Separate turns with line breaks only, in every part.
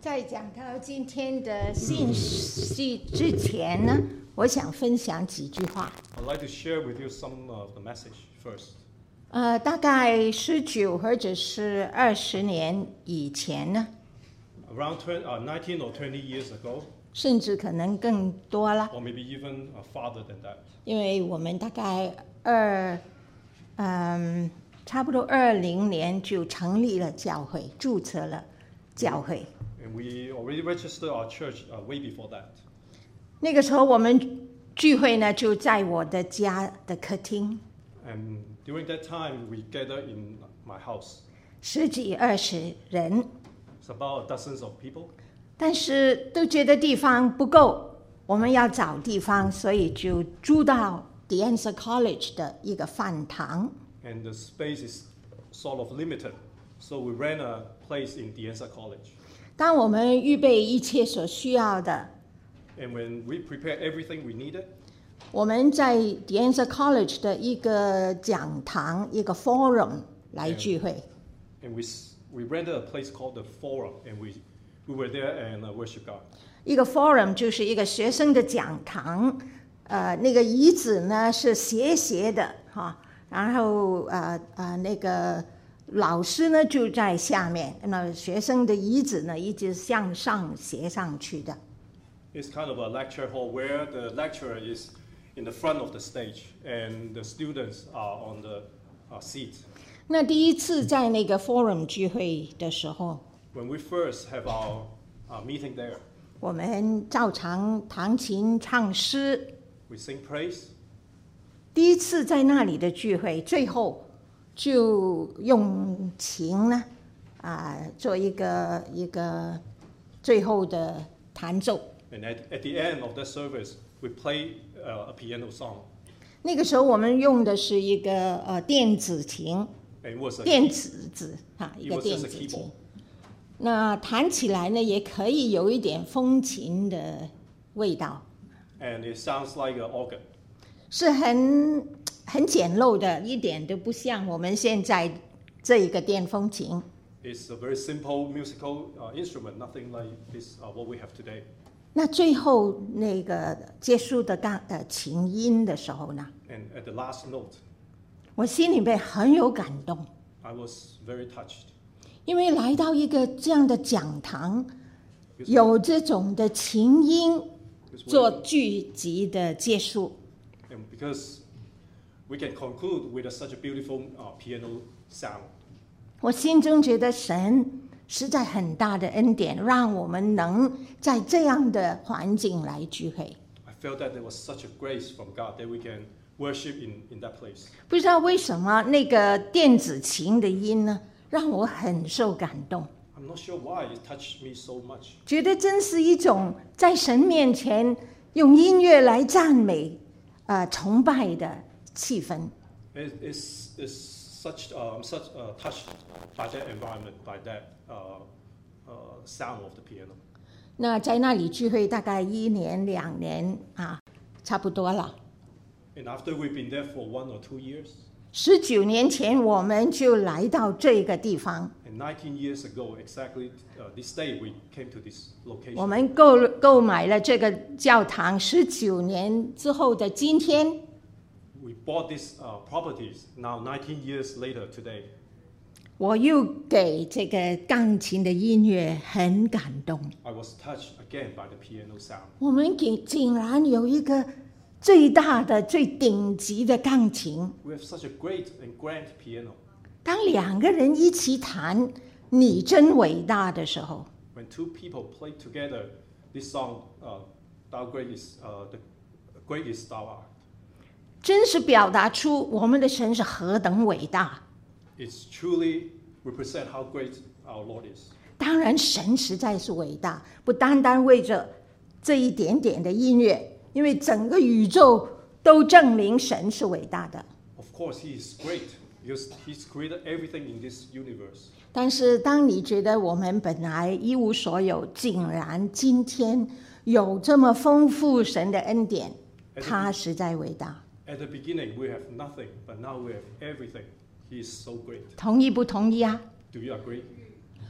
在讲到今天的信息之前呢，我想分享几句话。
I'd like to share with you some of the message first.
呃，大概十九或者是二十年以前呢，
Around 20, uh, 19 or 20 years ago,
甚至可能更多了，
or maybe even uh, farther than that,
因为我们大概二，嗯，差不多二零年就成立了教会，注册了教会。
and we already registered our church uh, way before that.
那个时候我们聚会呢，就在我的家的客厅，
And during that time, we gathered in my house.
十几二十人，
It's about dozens of people,
但是都觉得地方不够，我们要找地方，所以就租到 d e a n s a College 的一个饭堂。
and the space is sort of limited. So we ran a place in Dienza College.
当我们预备一切所需要的，
And when we prepared everything we needed,
我们在 d e a n s a College 的一个讲堂、一个 forum 来聚会。
and we, s- we rented a place called the Forum, and we, we were there and uh, worshiped God.
一个 forum 就是一个学生的讲堂，呃，那个椅子呢是斜斜的哈、然后呃呃那个老师呢就在下面，那学生的椅子呢一直向上斜上去的。
It's kind of a lecture hall where the lecturer is in the front of the stage and the students are on the uh, seat.
那第一次在那个 forum 聚会的时候，
When we first have our uh, meeting there,
我们照常弹琴唱诗。
we sing praise
第一次在那里的聚会，最后就用琴呢，啊、做一个一个最后的弹奏。
and at, at the end of that service, we play uh, a piano song.
那个时候我们用的是一个呃电子琴，
And it was a,
电子子啊，一
it
个
was
电
just a
子琴
keyboard.。
那弹起来呢，也可以有一点风琴的味道，
And it sounds like an organ.
是很很简陋的，一点都不像我们现在这一个电风琴。
It's a very simple musical uh, instrument, nothing like this, uh, what we have today.
那最后那个结束的钢呃琴音的时候呢，
And at the last note,
我心里面很有感动，
I was very touched.
因为来到一个这样的讲堂，
Because
有这种的琴音
because
做聚集的结束，
And because we can conclude with a- such a beautiful uh, piano sound,
我心中觉得神实在很大的恩典，让我们能在这样的环境来聚会。
I felt that there was such a grace from God that we can worship in, in that place.
不知道为什么那个电子琴的音呢，让我很受感动。
I'm not sure why it touched me so much.
觉得真是一种在神面前用音乐来赞美、呃崇拜的气氛。
It, it's, it's such, um, such uh, touched by that environment, by that uh, uh, sound of the piano.
那在那里聚会大概一年两年啊，差不多了。
And after we've been there for one or two years,
十九年前我们就来到这个地方，
and 19 years ago, exactly uh, this day, we came to this
我
location.
们购购买了这个教堂。十九年之后的今天，
We bought these uh, properties now 19 years later today.
我又给这个钢琴的音乐很感动。
I was touched again by the piano sound.
我们竟竟然有一个最大的、最顶级的钢琴。
We have such a great and grand piano.
当两个人一起弹“你真伟大”的时候，
When two people play together this song, uh, Thou Great is, uh, the great is Thou Art.
真是表达出我们的神是何等伟大。
It's truly represent how great our Lord is.
当然，神实在是伟大，不单单为着这一点点的音乐，因为整个宇宙都证明神是伟大的。
Of course, He is great because He's created everything in this universe.
但是，当你觉得我们本来一无所有，竟然今天有这么丰富神的恩典，他实在伟大。
At the beginning, we have nothing, but now we have everything. He is so great.
同意不同意啊？
Do you agree?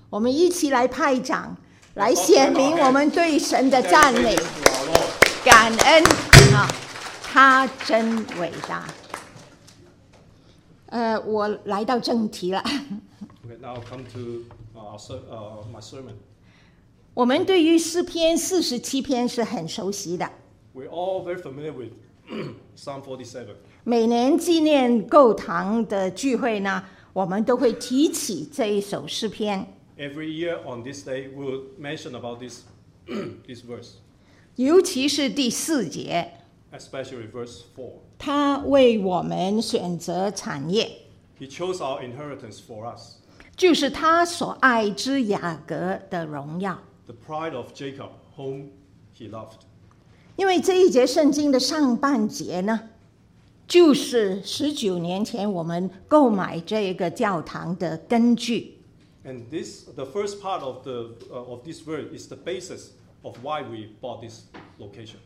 我们一起来拍掌，来显明我们对神的赞美
Dedicated、to our Lord.
感恩啊！他真伟大。呃，我来到正题了。
Okay, now come to uh, our ser- uh, my sermon.
我们对于诗篇四十七篇是很熟悉的，
We're all very familiar with Psalm 47.
每年纪念构堂的聚会呢，我们都会提起这一首诗篇。
Every year on this day, we'll mention about this, this verse,
尤其是第四节，
especially verse 4.
他为我们选择产业，
He chose our inheritance for us,
就是他所爱之雅各的荣耀。
the pride of Jacob, whom he loved.
因为这一节圣经的上半节呢，就是十九年前我们购买这个教堂的根据。
And this, the first part of, the, uh, of this verse is the basis of why we bought this location.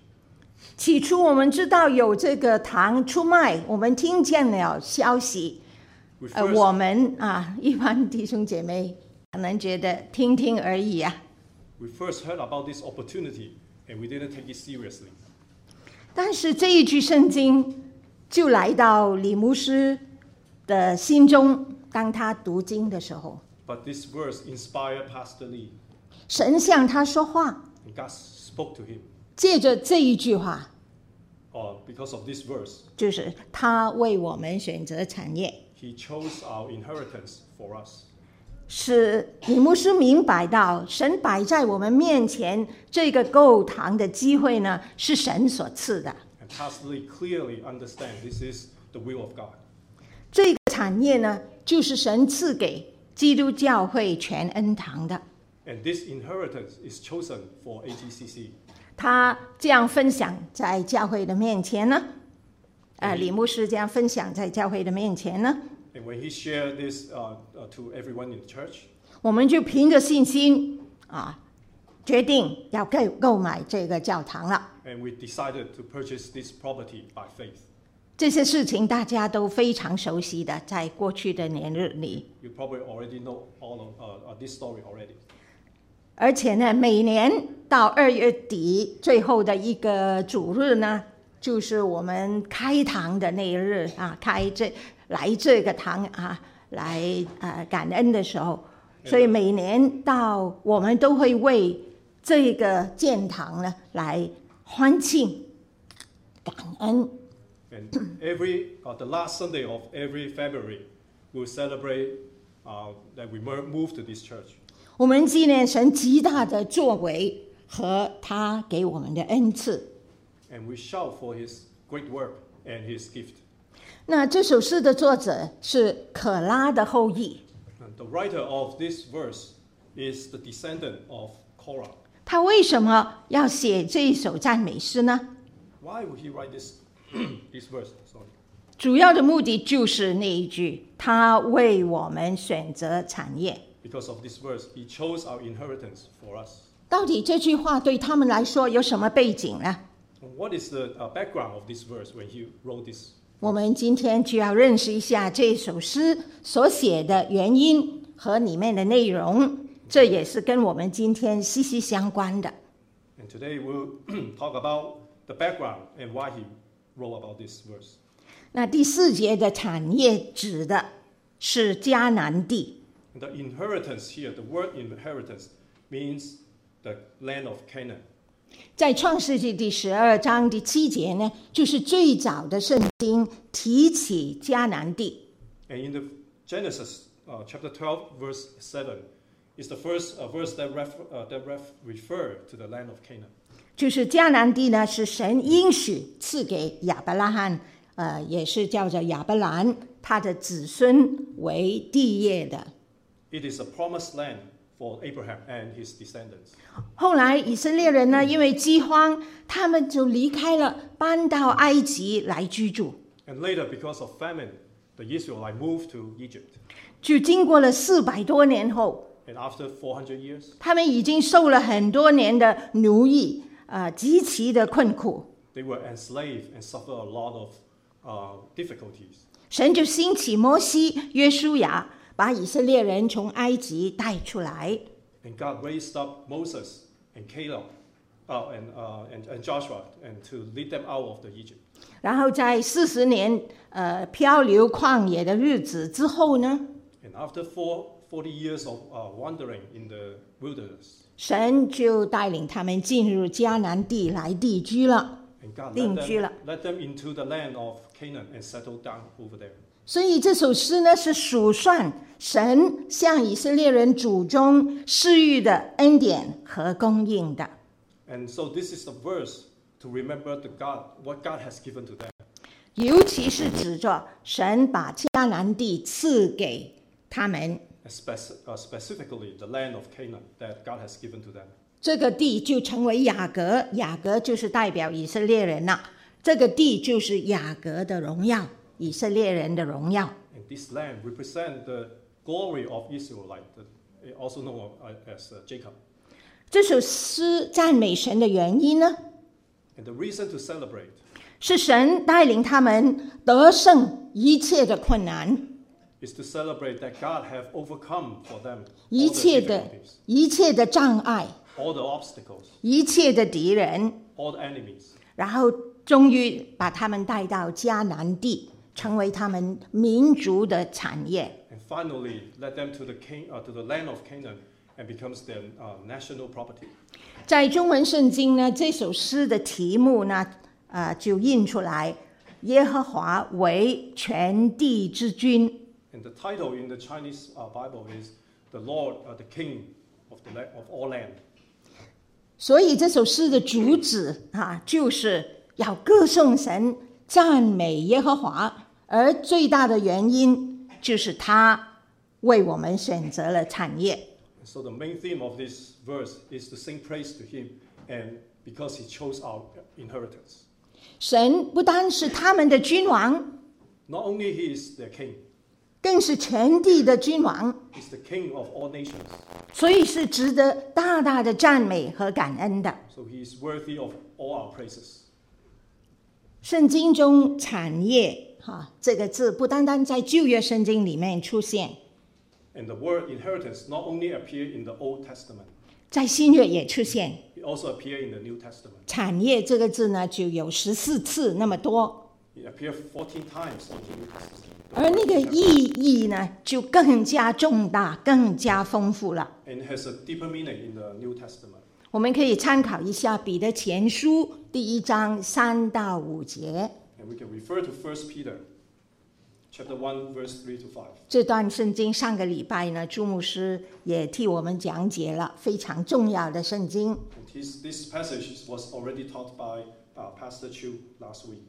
起初我们知道有这个堂出卖，我们听见了消息，
We
呃，
first,
我们啊，一般弟兄姐妹可能觉得听听而已啊。
we first heard about this opportunity and we didn't take it seriously.
但是这一句圣经就来到李牧师的心中，当他读经的时候，
But this verse inspired Pastor Lee,
神向他说话，
and God spoke to him
借着这一句话，
uh, because of this verse.
就是他为我们选择产业，
He chose our inheritance for us.
使李牧师明白到神摆在我们面前这个购堂的机会呢，是神所赐的。
And Pastor Lee clearly understand this is the will of God.
这个产业呢，就是神赐给基督教会全恩堂的。
And this inheritance is chosen for ATCC.
他这样分享在教会的面前呢，呃，李牧师这样分享在教会的面前呢，
And when he shared this uh, uh, to everyone in the church,
我们就凭着信心啊，决定要购购买这个教堂了。
and we decided to purchase this property by faith.
这些事情大家都非常熟悉的，在过去的年日里，
You probably already know all of uh, uh, this story already.
而且呢，每年到二月底最后的一个主日呢，就是我们开堂的那一日啊，开这来这个堂啊，来呃感恩的时候，所以每年到我们都会为这个建堂呢来欢庆、感恩。
And every uh, the last Sunday of every February, we'll celebrate uh, that we mer- moved to this church.
我们纪念神极大的作为和他给我们的恩赐。
and we shout for his great work and his gift.
那这首诗的作者是可拉的后裔，
And the writer of this verse is the descendant of Korah.
他为什么要写这一首赞美诗呢？
Why would he write this, this verse? Sorry.
主要的目的就是那一句：“他为我们选择产业。
Because of this verse, he chose our inheritance for us. ”
到底这句话对他们来说有什么背景呢？
And what is the uh, background of this verse when he wrote this?
我们今天就要认识一下这首诗所写的原因和里面的内容，这也是跟我们今天息息相关的。
And today we'll talk about the background and why he wrote about this verse.
那第四节的产业指的是迦南地，
And the inheritance here, the word inheritance, means the land of Canaan.
在创世纪第十二章第七节呢，就是最早的圣经提起迦南地。
And in the Genesis uh, chapter 12, verse 7, is the first uh, verse that, ref, uh, that ref, refer to the land of Canaan.
就是迦南地呢，是神应许赐给亚伯拉罕，呃，也是叫做亚伯兰他的子孙为地业的。
It is a promised land for Abraham and his descendants.
后来以色列人呢，因为饥荒，他们就离开了，搬到埃及来居住。
And later, because of famine, the Israelites moved to Egypt.
就经过了四百多年后，
And after 400 years,
他们已经受了很多年的奴役，呃，极其的困苦。
they were enslaved and suffered a lot of uh, difficulties.
神就兴起摩西、约书亚，把以色列人从埃及带出来。
And God raised up Moses and Caleb uh, and, uh, and, and Joshua and to lead them out of the Egypt.
然后在四十年呃漂流旷野的日子之后呢，
And after four, 40 years of uh, wandering in the wilderness,
神就带领他们进入迦南地来定居了。
and God led them,
定居了。
led them into the land of Canaan and settled down over there.
所以这首诗呢是数算神向以色列人祖宗施予的恩典和供应的。
And so this is the verse to remember the God, what God has given to them.
尤其是指着神把迦南地赐给他们，
Spec- uh, specifically, the land of Canaan that God has given to them.
这个地就成为雅各，雅各就是代表以色列人了。这个地就是雅各的荣耀，以色列人的荣耀。
And this land represents the glory of Israelite, the- also known uh, as uh, Jacob.
这首诗赞美神的原因呢，
And the reason to celebrate
是神带领他们得胜一切的困难，
is to celebrate that God have overcome for them
一
all the
切的
difficulties,
一切的障碍，
all the obstacles,
一切的敌人，
all the enemies,
然后终于把他们带到迦南地，成为他们民族的产业。
and finally led them to the Can- uh, to the land of Canaan and becomes their uh, national property.
在中文圣经呢，这首诗的题目呢，呃，就印出来：耶和华为全地之君。
And the title in the Chinese uh, Bible is "The Lord, uh, the King of the la- of all land."
所以这首诗的主旨啊，就是要歌颂神、赞美耶和华，而最大的原因就是他为我们选择了产业。
And so the main theme of this verse is to sing praise to Him, and because He chose our inheritance.
神不单是他们的君王，
Not only He is their King,
更是全地的君王，
He's the King of all nations.
所以是值得大大的赞美和感恩的。
So He is worthy of all our praises.
圣经中“产业”哈、这个字不单单在旧约圣经里面出现，
And the word inheritance not only appear in the Old Testament,
在新约也出现。
it also appear in the New Testament.
“产业”这个字呢，就有十四次那么多，
It appears 14 times in the New Testament.
而那个意义呢，就更加重大、更加丰富了。
And it has a deeper meaning in the New Testament.
我们可以参考一下《彼得前书》第一章三到五节
And we can refer to 1 Peter chapter 1, verse 3 to 5.
这段圣经。上个礼拜呢，朱牧师也替我们讲解了非常重要的圣经。
And this, this passage was already taught by uh, Pastor Chu last week.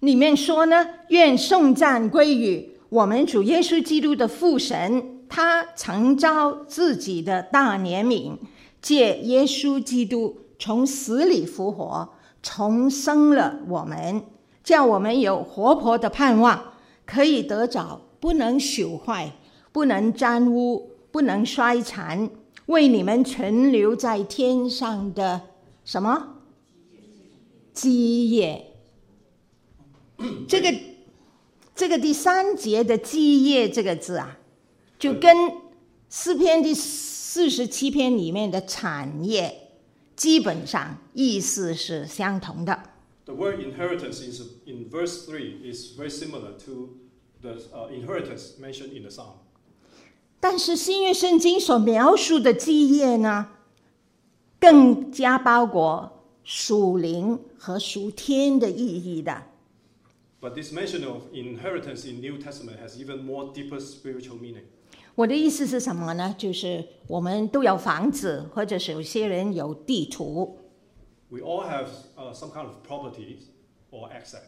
里面说呢，愿颂赞归于我们主耶稣基督的父神，他曾召自己的大怜悯，借耶稣基督从死里复活，重生了我们，叫我们有活泼的盼望，可以得着不能朽坏、不能沾污、不能衰残，为你们存留在天上的什么基业？这个这个第三节的“基业”这个字啊，就跟诗篇第四十七篇里面的“产业”基本上意思是相同的。
The word inheritance is, in verse 3 is very similar to the uh, inheritance mentioned in the Psalm.
但是新约圣经所描述的基业呢，更加包括属灵和属天的意义的。
But this mention of inheritance in New Testament has even more deeper spiritual meaning.
我的意思是什么呢？就是我们都有房子，或者是有些人有地图，
We all have uh, some kind of property or asset,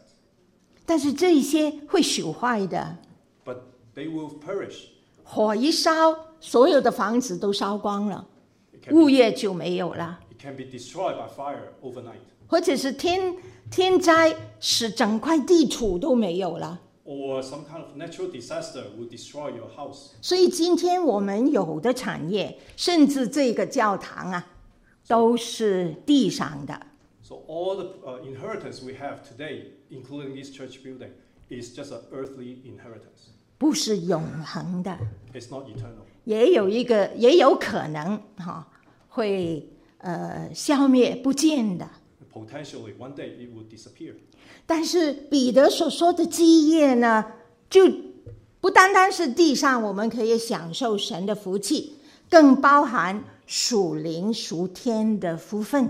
但是这一些会朽坏的，
but they will perish.
火一烧，所有的房子都烧光了，
It
物
can, be,
业就没有了，
it can be destroyed by fire overnight,
或者是天天灾使整块地土都没有了。
or some kind of natural disaster will destroy your house.
所以今天我们有的产业，甚至这个教堂啊，都是地上的。
So all the uh, inheritance we have today, including this church building, is just an earthly inheritance.
不是永恒的，
It's not eternal.
也有一个也有可能哈、会呃消灭不见的。
Potentially, one day it will disappear.
但是彼得所说的基业呢，就不单单是地上我们可以享受神的福气，更包含属灵属天的福分。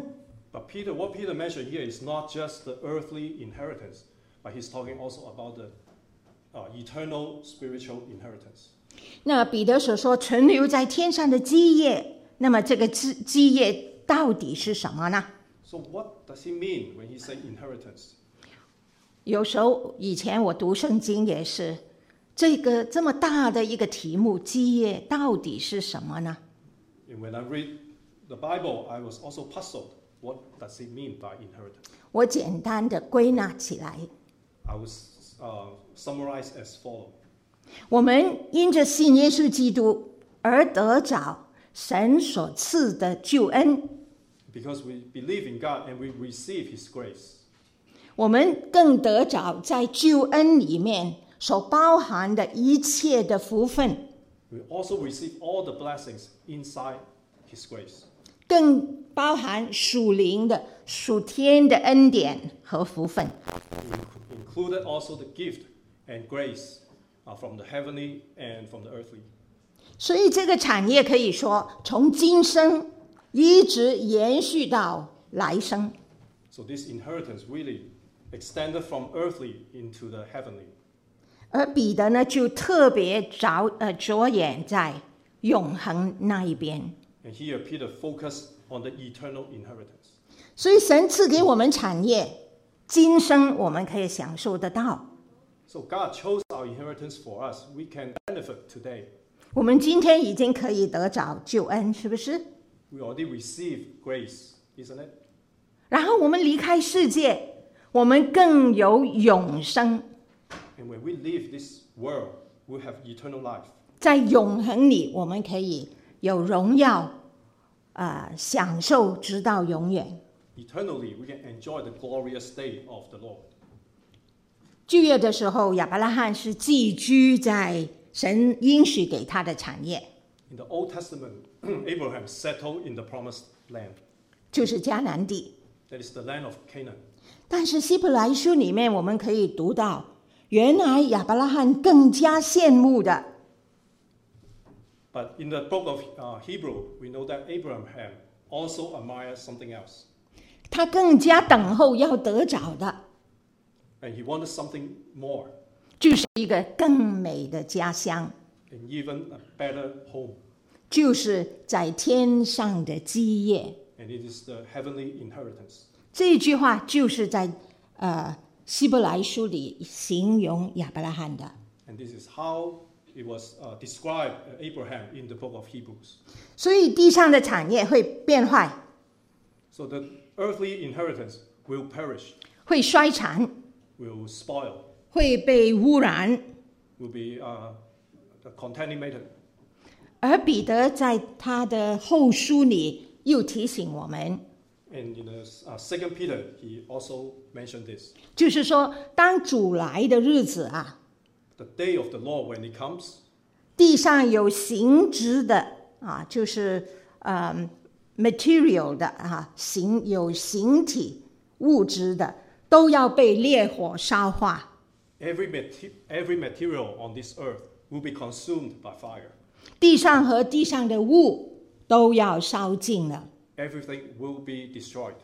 But Peter, what Peter mentioned here is not just the earthly inheritance, but he's talking also about the uh, eternal spiritual inheritance.
那彼得所说存留在天上的基业，那么这个基基业到底是什么呢？
So what does he mean when he says inheritance?
有时候以前我读圣经也是，这个这么大的一个题目，基业到底是什么呢？
And when I read the Bible, I was also puzzled. What does it mean by inheritance?
我简单的归纳起来，
I was uh, summarized as follows.
我们因着信耶稣基督而得着神所赐的救恩，
Because we believe in God and we receive His grace,
我们更得着在救恩里面所包含的一切的福分，
we also receive all the blessings inside His grace.
更包含属灵的、属天的恩典和福分。
We included also the gift and grace uh, from the heavenly and from the earthly.
所以这个产业可以说从今生一直延续到来生。
So this inheritance really extended from earthly into the heavenly.
而彼得呢，就特别着呃着眼在永恒那一边。
And here Peter focused on the eternal inheritance.
所以神赐给我们产业，今生我们可以享受得到。
So God chose our inheritance for us. We can benefit today.
我们今天已经可以得着救恩，是不是？
We already receive grace, isn't it?
然后我们离开世界，我们更有永生，
And when we leave this world, we have eternal life.
在永恒里，我们可以有荣耀，啊、享受直到永远。
Eternally, we can enjoy the glorious day of the Lord.
旧约的时候，亚伯拉罕是寄居在神应许给他的产业，
In the Old Testament, Abraham settled in the promised land.
就是迦南地。
That is the land of Canaan.
但是希伯来书里面，我们可以读到，原来亚伯拉罕更加羡慕的
But in the book of uh, Hebrew, we know that Abraham also admired something else.
他更加等候要得着的，
And he wanted something more
就是一个更美的家乡，
and even a better home.
就是在天上的基业。
And it is the heavenly inheritance.
这句话就是在呃希伯来书里形容亚伯拉罕的。
And this is how it was uh, described uh, Abraham in the book of Hebrews.
所以地上的产业会变坏，
So the earthly inheritance will perish,
会衰残，
will spoil,
会被污染。
will be uh, contaminated.
而彼得在他的后书里又提醒我们，
And in the uh, Second Peter, he also mentioned this:
就是说，当主来的日子啊，
the day of the Lord when it comes,
地上有形质的啊，就是嗯 material 的啊，形有形体物质的，都要被烈火烧化。
every mate- every material on this earth will be consumed by fire.
地上和地上的物都要烧尽了。
Everything will be destroyed.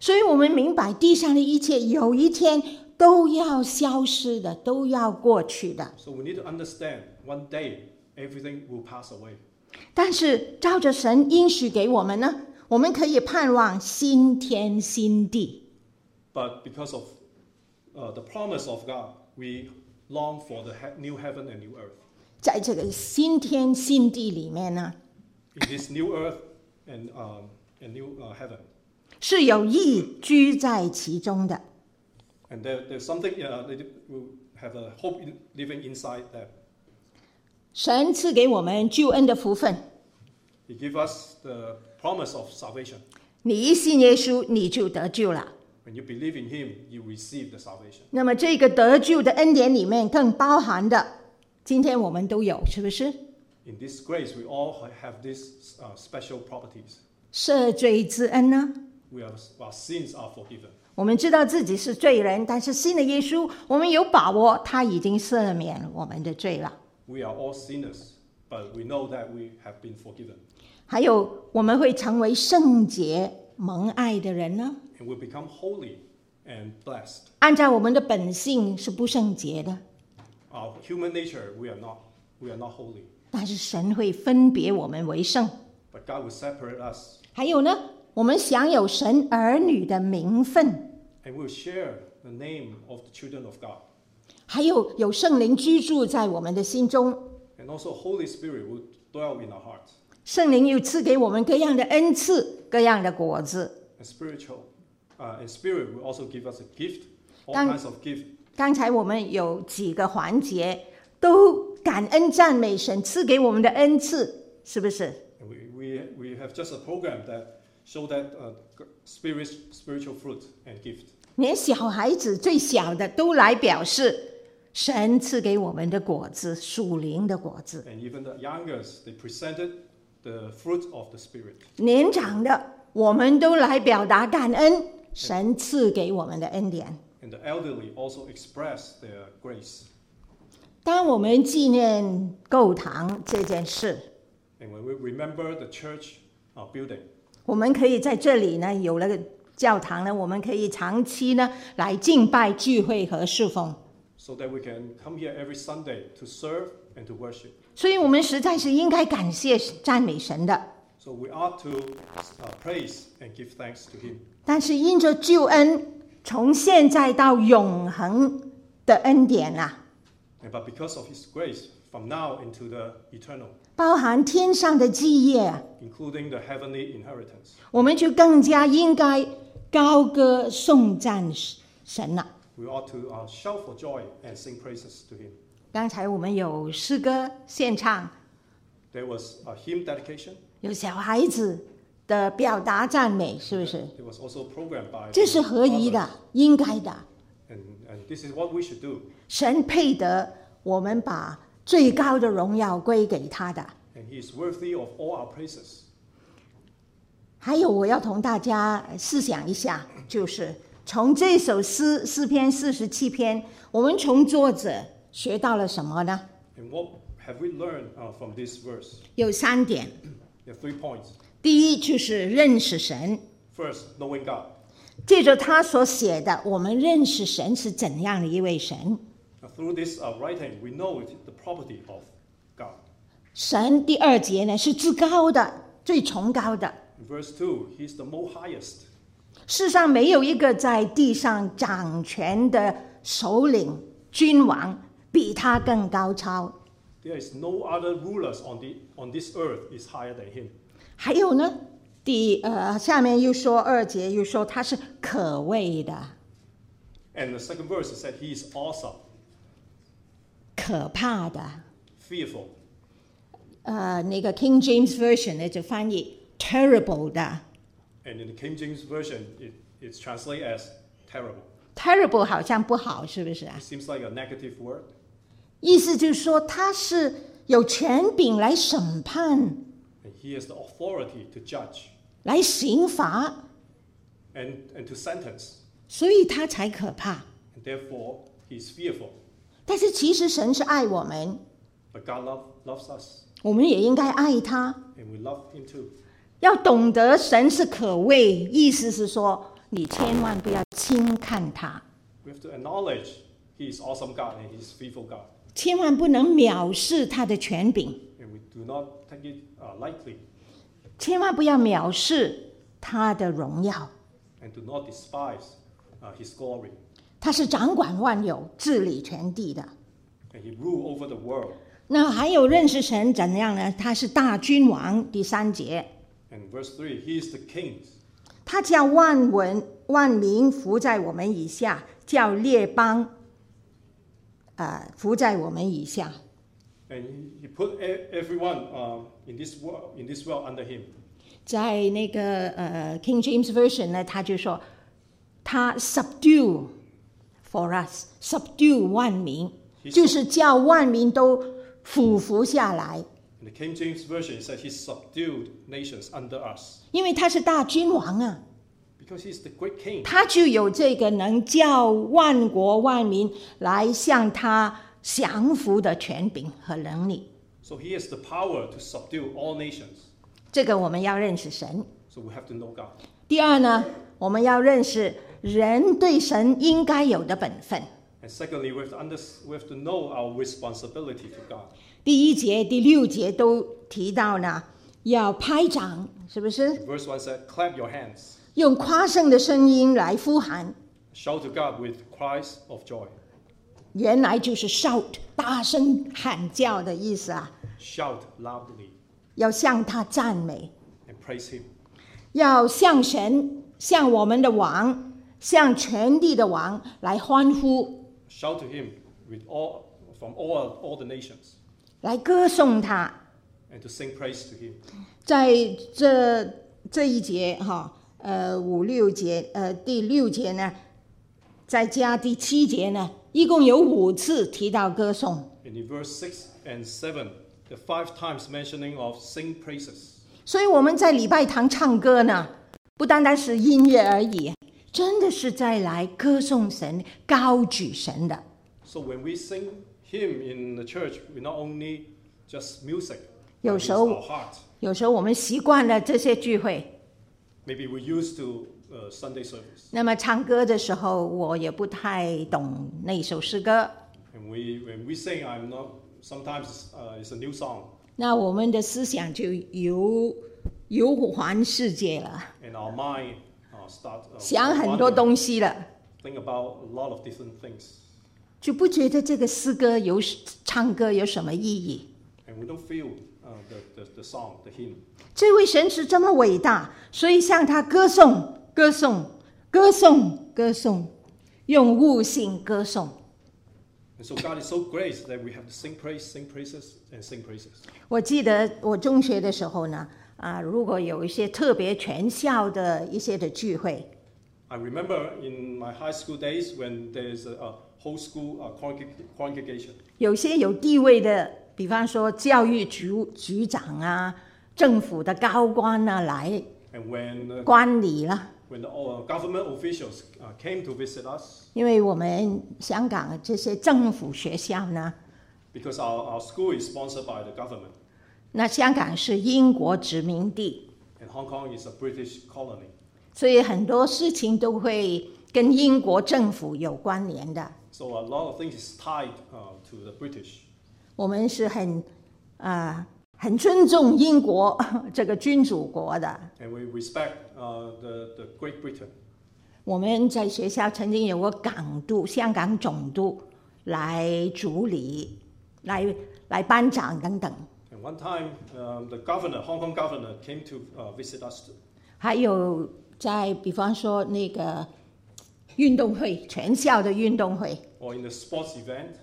所以我们明白，地上的一切有一天都要消失的，都要过去的。
So we need to understand: one day, everything will pass away.
但是照着神应许给我们呢，我们可以盼望新天新地。
But because of uh, the promise of God, we long for the he- new heaven and new earth.
在这个新天新地里面呢，
In this new earth and um, and new uh, heaven,
是有意居在其中的。
and there, there's something uh, that will have a hope in living inside that.
神赐给我们救恩的福分，
He gave us the promise of salvation.
你一信耶稣，你就得救了。
When you believe in Him, you receive the salvation.
那么这个得救的恩典里面更包含的今天我们都有，是不是？
In this grace, we all ha- have these uh, special properties.
赦罪之恩呢？
We are, our sins are forgiven.
我们知道自己是罪人，但是信了耶稣，我们有把握他已经赦免我们的罪了。
We are all sinners, but we know that we have been forgiven.
还有，我们会成为圣洁蒙爱的人呢？
And we become holy and blessed.
按照我们的本性是不圣洁的，
Our human nature, we are not, we are not holy.
但是神会分别我们为圣。
But God will separate us
还有呢，我们享有神儿女的名分，
and we will share the name of the children of God.
还有有圣灵居住在我们的心中，
And also, Holy Spirit will dwell in our hearts.
圣灵又赐给我们各样的恩赐、各样的果子。
And spiritual, uh, and Spirit will also give us a gift, all
Đang-
kinds of gifts.
刚才我们有几个环节都感恩赞美神赐给我们的恩赐，是不是？
And we, we, we have just a program that show that uh, g- spirit, spiritual fruit and gift.
连小孩子最小的都来表示，神赐给我们的果子，属灵的果子；
And even the youngest, they presented the fruit of the Spirit.
年长的，我们都来表达感恩，神赐给我们的恩典。
And the elderly also expressed their grace.
当我们纪念构堂这件事，
And when we remember the church uh, building,
我们可以在这里呢，有了个教堂呢，我们可以长期呢来敬拜、聚会和侍奉。
so that we can come here every Sunday to serve and to worship.
所以，我们实在是应该感谢、赞美神的。
So we ought to uh, praise and give thanks to Him.
但是因着救恩，从现在到永恒的恩典啊，
And, but because of His grace, from now into the eternal,
包含天上的基业啊，
including the heavenly inheritance,
我们就更加应该高歌颂赞神啊了。
we ought to uh, shout for joy and sing praises to Him.
刚才我们有诗歌献唱，
There was a hymn dedication.
有小孩子的表达赞美，是不是？
It was also programmed by
这是合宜
others.
的，应该的。
And, and this is what we should do.
神配得我们把最高的荣耀归给他的。
And He is worthy of all our praises.
还有，我要同大家呃试想一下，就是从这首诗诗篇四十七篇，我们从作者学到了什么呢？
And what have we learned uh, from this verse?
有三点。
There are three points.
第一就是认识神，
First, knowing God.
借着他所写的，我们认识神是怎样的一位神。
Now, through this uh, writing, we know it, the property of God.
神第二节呢是至高的，最崇高的，
In verse 2, He's the most highest.
世上没有一个在地上掌权的首领君王比他更高超。
There is no other rulers on, the, on this earth is higher than Him.
还有呢，第呃下面又说二节又说他是可畏的、
And the second verse is that He is awesome,
可怕的。
fearful.
呃，那个 King James Version 呢就翻译 terrible 的
And in the King James Version, it, it's translated as terrible.
，terrible 好像不好，是不是啊
It？seems like a negative word.
意思就是说他是有权柄来审判、
And He has the authority to judge
来刑罚，
and, and to sentence.
所以他才可怕。
And therefore, He is fearful.
但是其实神是爱我们，
But God love, loves us,
我们也应该爱他。
and we love Him too.
要懂得神是可畏，意思是说你千万不要轻看他，
We have to acknowledge He is awesome God and He is faithful God,
千万不能藐视他的权柄，
and we do not take it uh, lightly,
千万不要藐视他的荣耀。
and do not despise uh, His glory.
他是掌管万有、治理全地的。
And He rule over the world.
那还有认识神怎样呢？他是大君王，第三节，
And verse three, He is the King.
他叫万文万民服在我们以下，叫列邦，呃，服在我们以下。
And he, he put e- everyone um, in this world in this world under him.
在那个呃 King James Version 呢，他就说他 subdue for us，subdue 万民，
He-
就是叫万民都俯伏下来，
In the King James Version, it says he subdued nations under us
因为他是大君王啊，
because he's the great king.
他就有这个能叫万国万民来向他降服的权柄和能力。
So he has the power to subdue all nations.
这个我们要认识神。
So we have to know God.
第二呢，我们要认识人对神应该有的本分。
And secondly, we have to, under- we have to know our responsibility to God.
第一节、第六节都提到呢，要拍掌，是不是？
Verse 1 said, Clap your hands,
用夸胜的声音来呼喊，
shout to God with cries of joy.
原来就是 shout，大声喊叫的意思啊。
Shout loudly
要向他赞美，
and praise him.
要向神、向我们的王、向全地的王来欢呼，
Shout to him with all, from all, all the nations
来歌颂他。
and to sing praise to him.
在这这一节哈，呃，五六节，呃，第六节呢，再加第七节呢，一共有五次提到歌颂，
And in verse 6 and 7, the five times mentioning of sing praises.
所以我们在礼拜堂唱歌呢，不单单是音乐而已，真的是在来歌颂神、高举神的。
So when we sing him in the church, we not only just music, but it's
有时候-
our heart.
有时候我们习惯了这些聚会，
Maybe we're used to uh, Sunday service,
那么唱歌的时候，我也不太懂那首诗歌。
and we when we sing, I'm not. Sometimes uh, it's a new song,
那我们的思想就游游环世界了。
and our mind uh, start uh,
想很多
wandering,
东西了，
think about a lot of different things,
就不觉得这个诗歌有唱歌有什么意义。
and we don't feel uh, the, the the song, the hymn.
这位神是这么伟大，所以向他歌颂、歌颂、歌颂、歌颂，用悟性歌颂。
And so God is so great that we have to sing praise, sing praises, and sing praises.
我记得我中学的时候呢，啊，如果有一些特别全校的一些的聚会，
I remember in my high school days when there's a, a whole school uh, congreg- congregation.
有些有地位的，比方说教育局局长啊、政府的高官啊来
And when, uh,
观礼了。
when the uh, government officials uh, came to visit us,
因为我们香港这些政府学校呢，
because our, our school is sponsored by the government,
那香港是英国殖民地，
and Hong Kong is a British colony.
所以很多事情都会跟英国政府有关联的。
So a lot of things is tied uh, to the British.
我们是很啊、很尊重英国这个君主国的。
And we respect uh, the, the Great Britain.
我们在学校曾经有个港督，香港总督来主理，来来颁奖等等，
And one time, um, the governor, Hong Kong governor, came to uh, visit us
还有在比方说那个运动会，全校的运动会。
or in the sports event.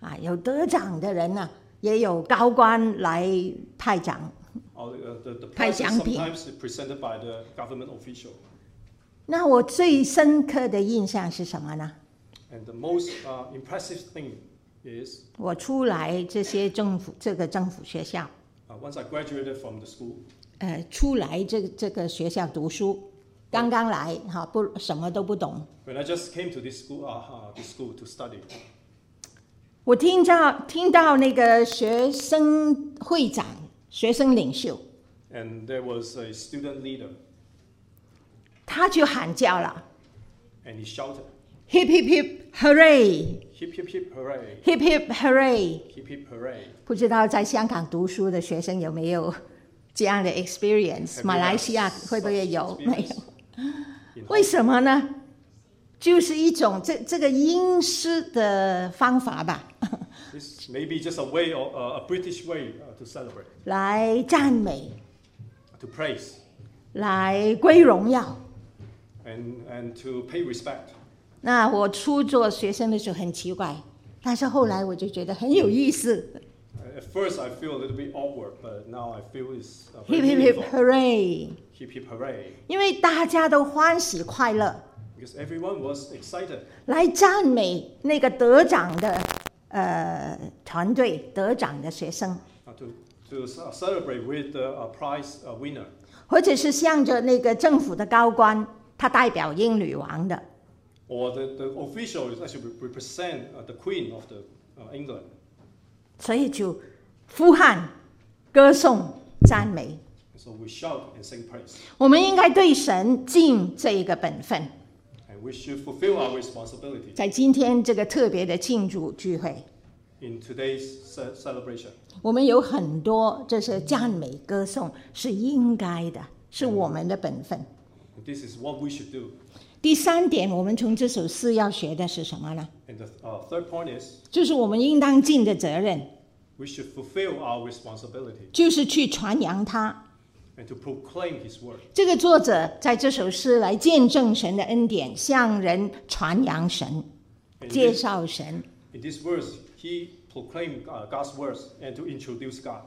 啊，有得奖的人呢、也有高官来派奖。
Or, uh, the, the
派
prize is
奖品。
sometimes presented by the government official.
那我最深刻的印象是什么呢？
And the most uh, impressive thing is
我出来这些政府这个政府学校，
uh, once I graduated from the school,
呃，出来这这个学校读书，刚刚来哈、不什么都不懂。
when I just came to this school, uh, uh, this school to study,
我听到听到那个学生会长、学生领袖，
and there was a student leader,
他就喊叫了
and he shouted,
：“Hip hip hip hooray!
"Hip hip hip hooray!
Hip hip hooray!”
Hip hip hooray!"
不知道在香港读书的学生有没有这样的 experience？
Have
马
you
来
had
西亚
such
会不会有？没
experience
有？
in Hong
为什么呢？就是一种这这个英式的方法吧，
Kong? This may be just a way, or, uh, a British way, uh, to celebrate,
来赞美，
to praise,
来归荣耀。
and and to pay respect.
那我初做学生的时候很奇怪，但是后来我就觉得很有意思。
Uh, At first, I feel a little bit awkward, but now I feel it's uh, very
Hip hip hip
meaningful.
hooray！
Hip hip hooray!
因为大家都欢喜快乐，
Because everyone was excited
来赞美那个得奖的呃团队得奖的学生，
uh, to, to ce- uh, celebrate with the uh, prize uh, winner.
或者是向着那个政府的高官，他代表英女王的，
Or the, the official is actually re- represent uh, the Queen of the uh, England.
所以就呼喊、歌颂、赞美。
And so we shout and sing praise.
我们应该对神尽这一个本分，
And we should fulfill our responsibility
在今天这个特别的庆祝聚会，
in today's ce- celebration.
我们有很多这些赞美歌颂是应该的，是我们的本分。
And this is what we should do.
第三点，我们从这首诗要学的是什么呢？
And the uh, third point is
就是我们应当尽的责任，
we should fulfill our responsibility
就是去传扬他。
and to proclaim His word.
这个作者在这首诗来见证神的恩典，向人传扬神，
And
介
this,
绍神。
in these words, he proclaimed uh, God's words and to introduce God,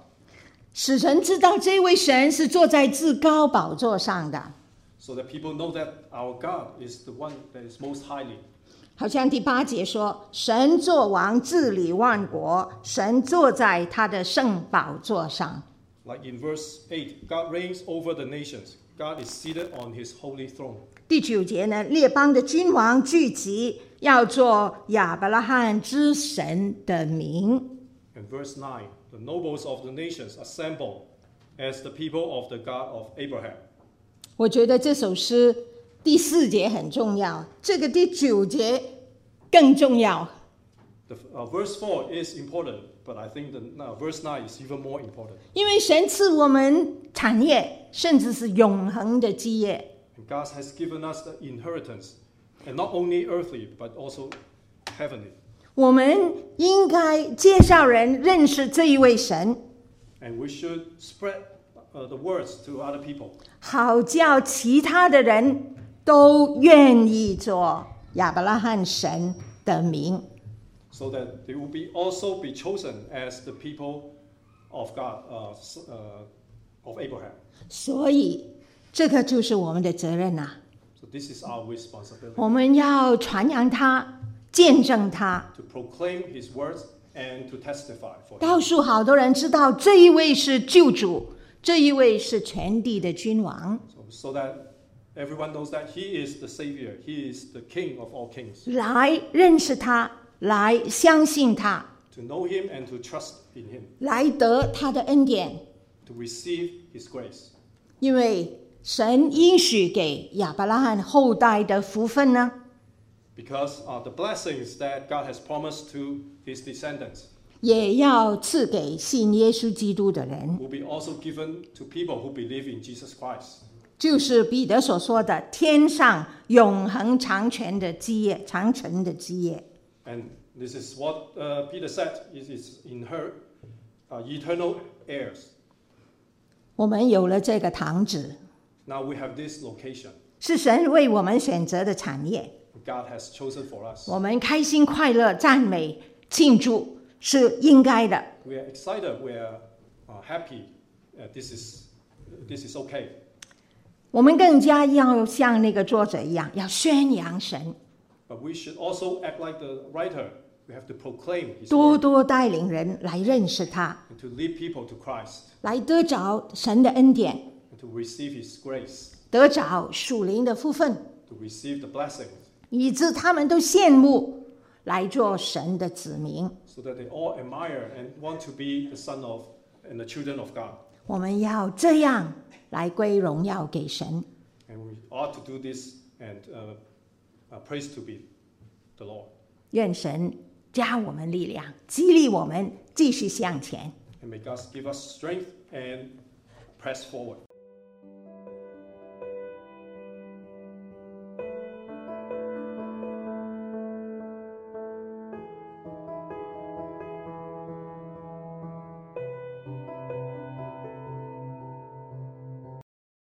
使人知道这位神是坐在至高宝座上的，
so that people know that our God is the one that is most highly.
好像第八节说：“神作王治理万国，神坐在他的圣宝座上。
Like in verse 8, God reigns over the nations. God is seated on his holy throne. ”
第九节呢，列邦的君王聚集，要做亚伯拉罕之神的名。
And verse 9, the nobles of the nations assemble as the people of the God of Abraham.
我觉得这首诗第四节很重要，这个第九节更重要。
The, uh, verse 4 is important, but I think the, no, verse 9 is even more important.
因为神赐我们产业，甚至是永恒的基业。
And God has given us the inheritance, and not only earthly, but also heavenly.
我们应该介绍人认识这一位神，
And we should spread uh, the words to other people
好叫其他的人都愿意做亚伯拉罕神的名。
so that they will be also be chosen as the people of God, uh, s- uh, of Abraham.
所以，这个就是我们的责任呐、
So this is our responsibility
我们要传扬他，见证他，
to proclaim his words and to testify for him.
告诉好多人知道这一位是救主，这一位是全地的君王，
So, so that everyone knows that he is the savior, he is the king of all kings.
来认识他，来相信他，
To know him and to trust in him,
来得他的恩典。
to receive his grace.
因为神应许给亚伯拉罕后代的福分呢，
Because uh, the blessings that God has promised to his descendants
也要赐给信耶稣基督的人，
will be also given to people who believe in Jesus Christ.
就是彼得所说的天上永恒长存的基业，长存的基业。
And this is what uh, Peter said is, is in her uh, eternal heirs.
我们有了这个堂址，
Now we have this location
是神为我们选择的产业，
God has chosen for us.
我们开心、快乐、赞美、庆祝是应该的。
We are excited, we are uh, happy. Uh, this, is, this is okay.
我们更加要像那个作者一样，要宣扬神，
But we should also act like the writer. We have to proclaim his
多
word
多带领人来认识他。
and to lead people to Christ
来得着神的恩典，
and to receive his grace,
得着属灵的福分，
to receive the blessings,
以致他们都羡慕来做神的子民。
so that they all admire and want to be the son of and the children of God.
我们要这样来归荣耀给神。
And we ought to do this and uh, uh, praise to be the Lord.
愿神加我们力量，激励我们继续向前。
And may God give us strength and press forward.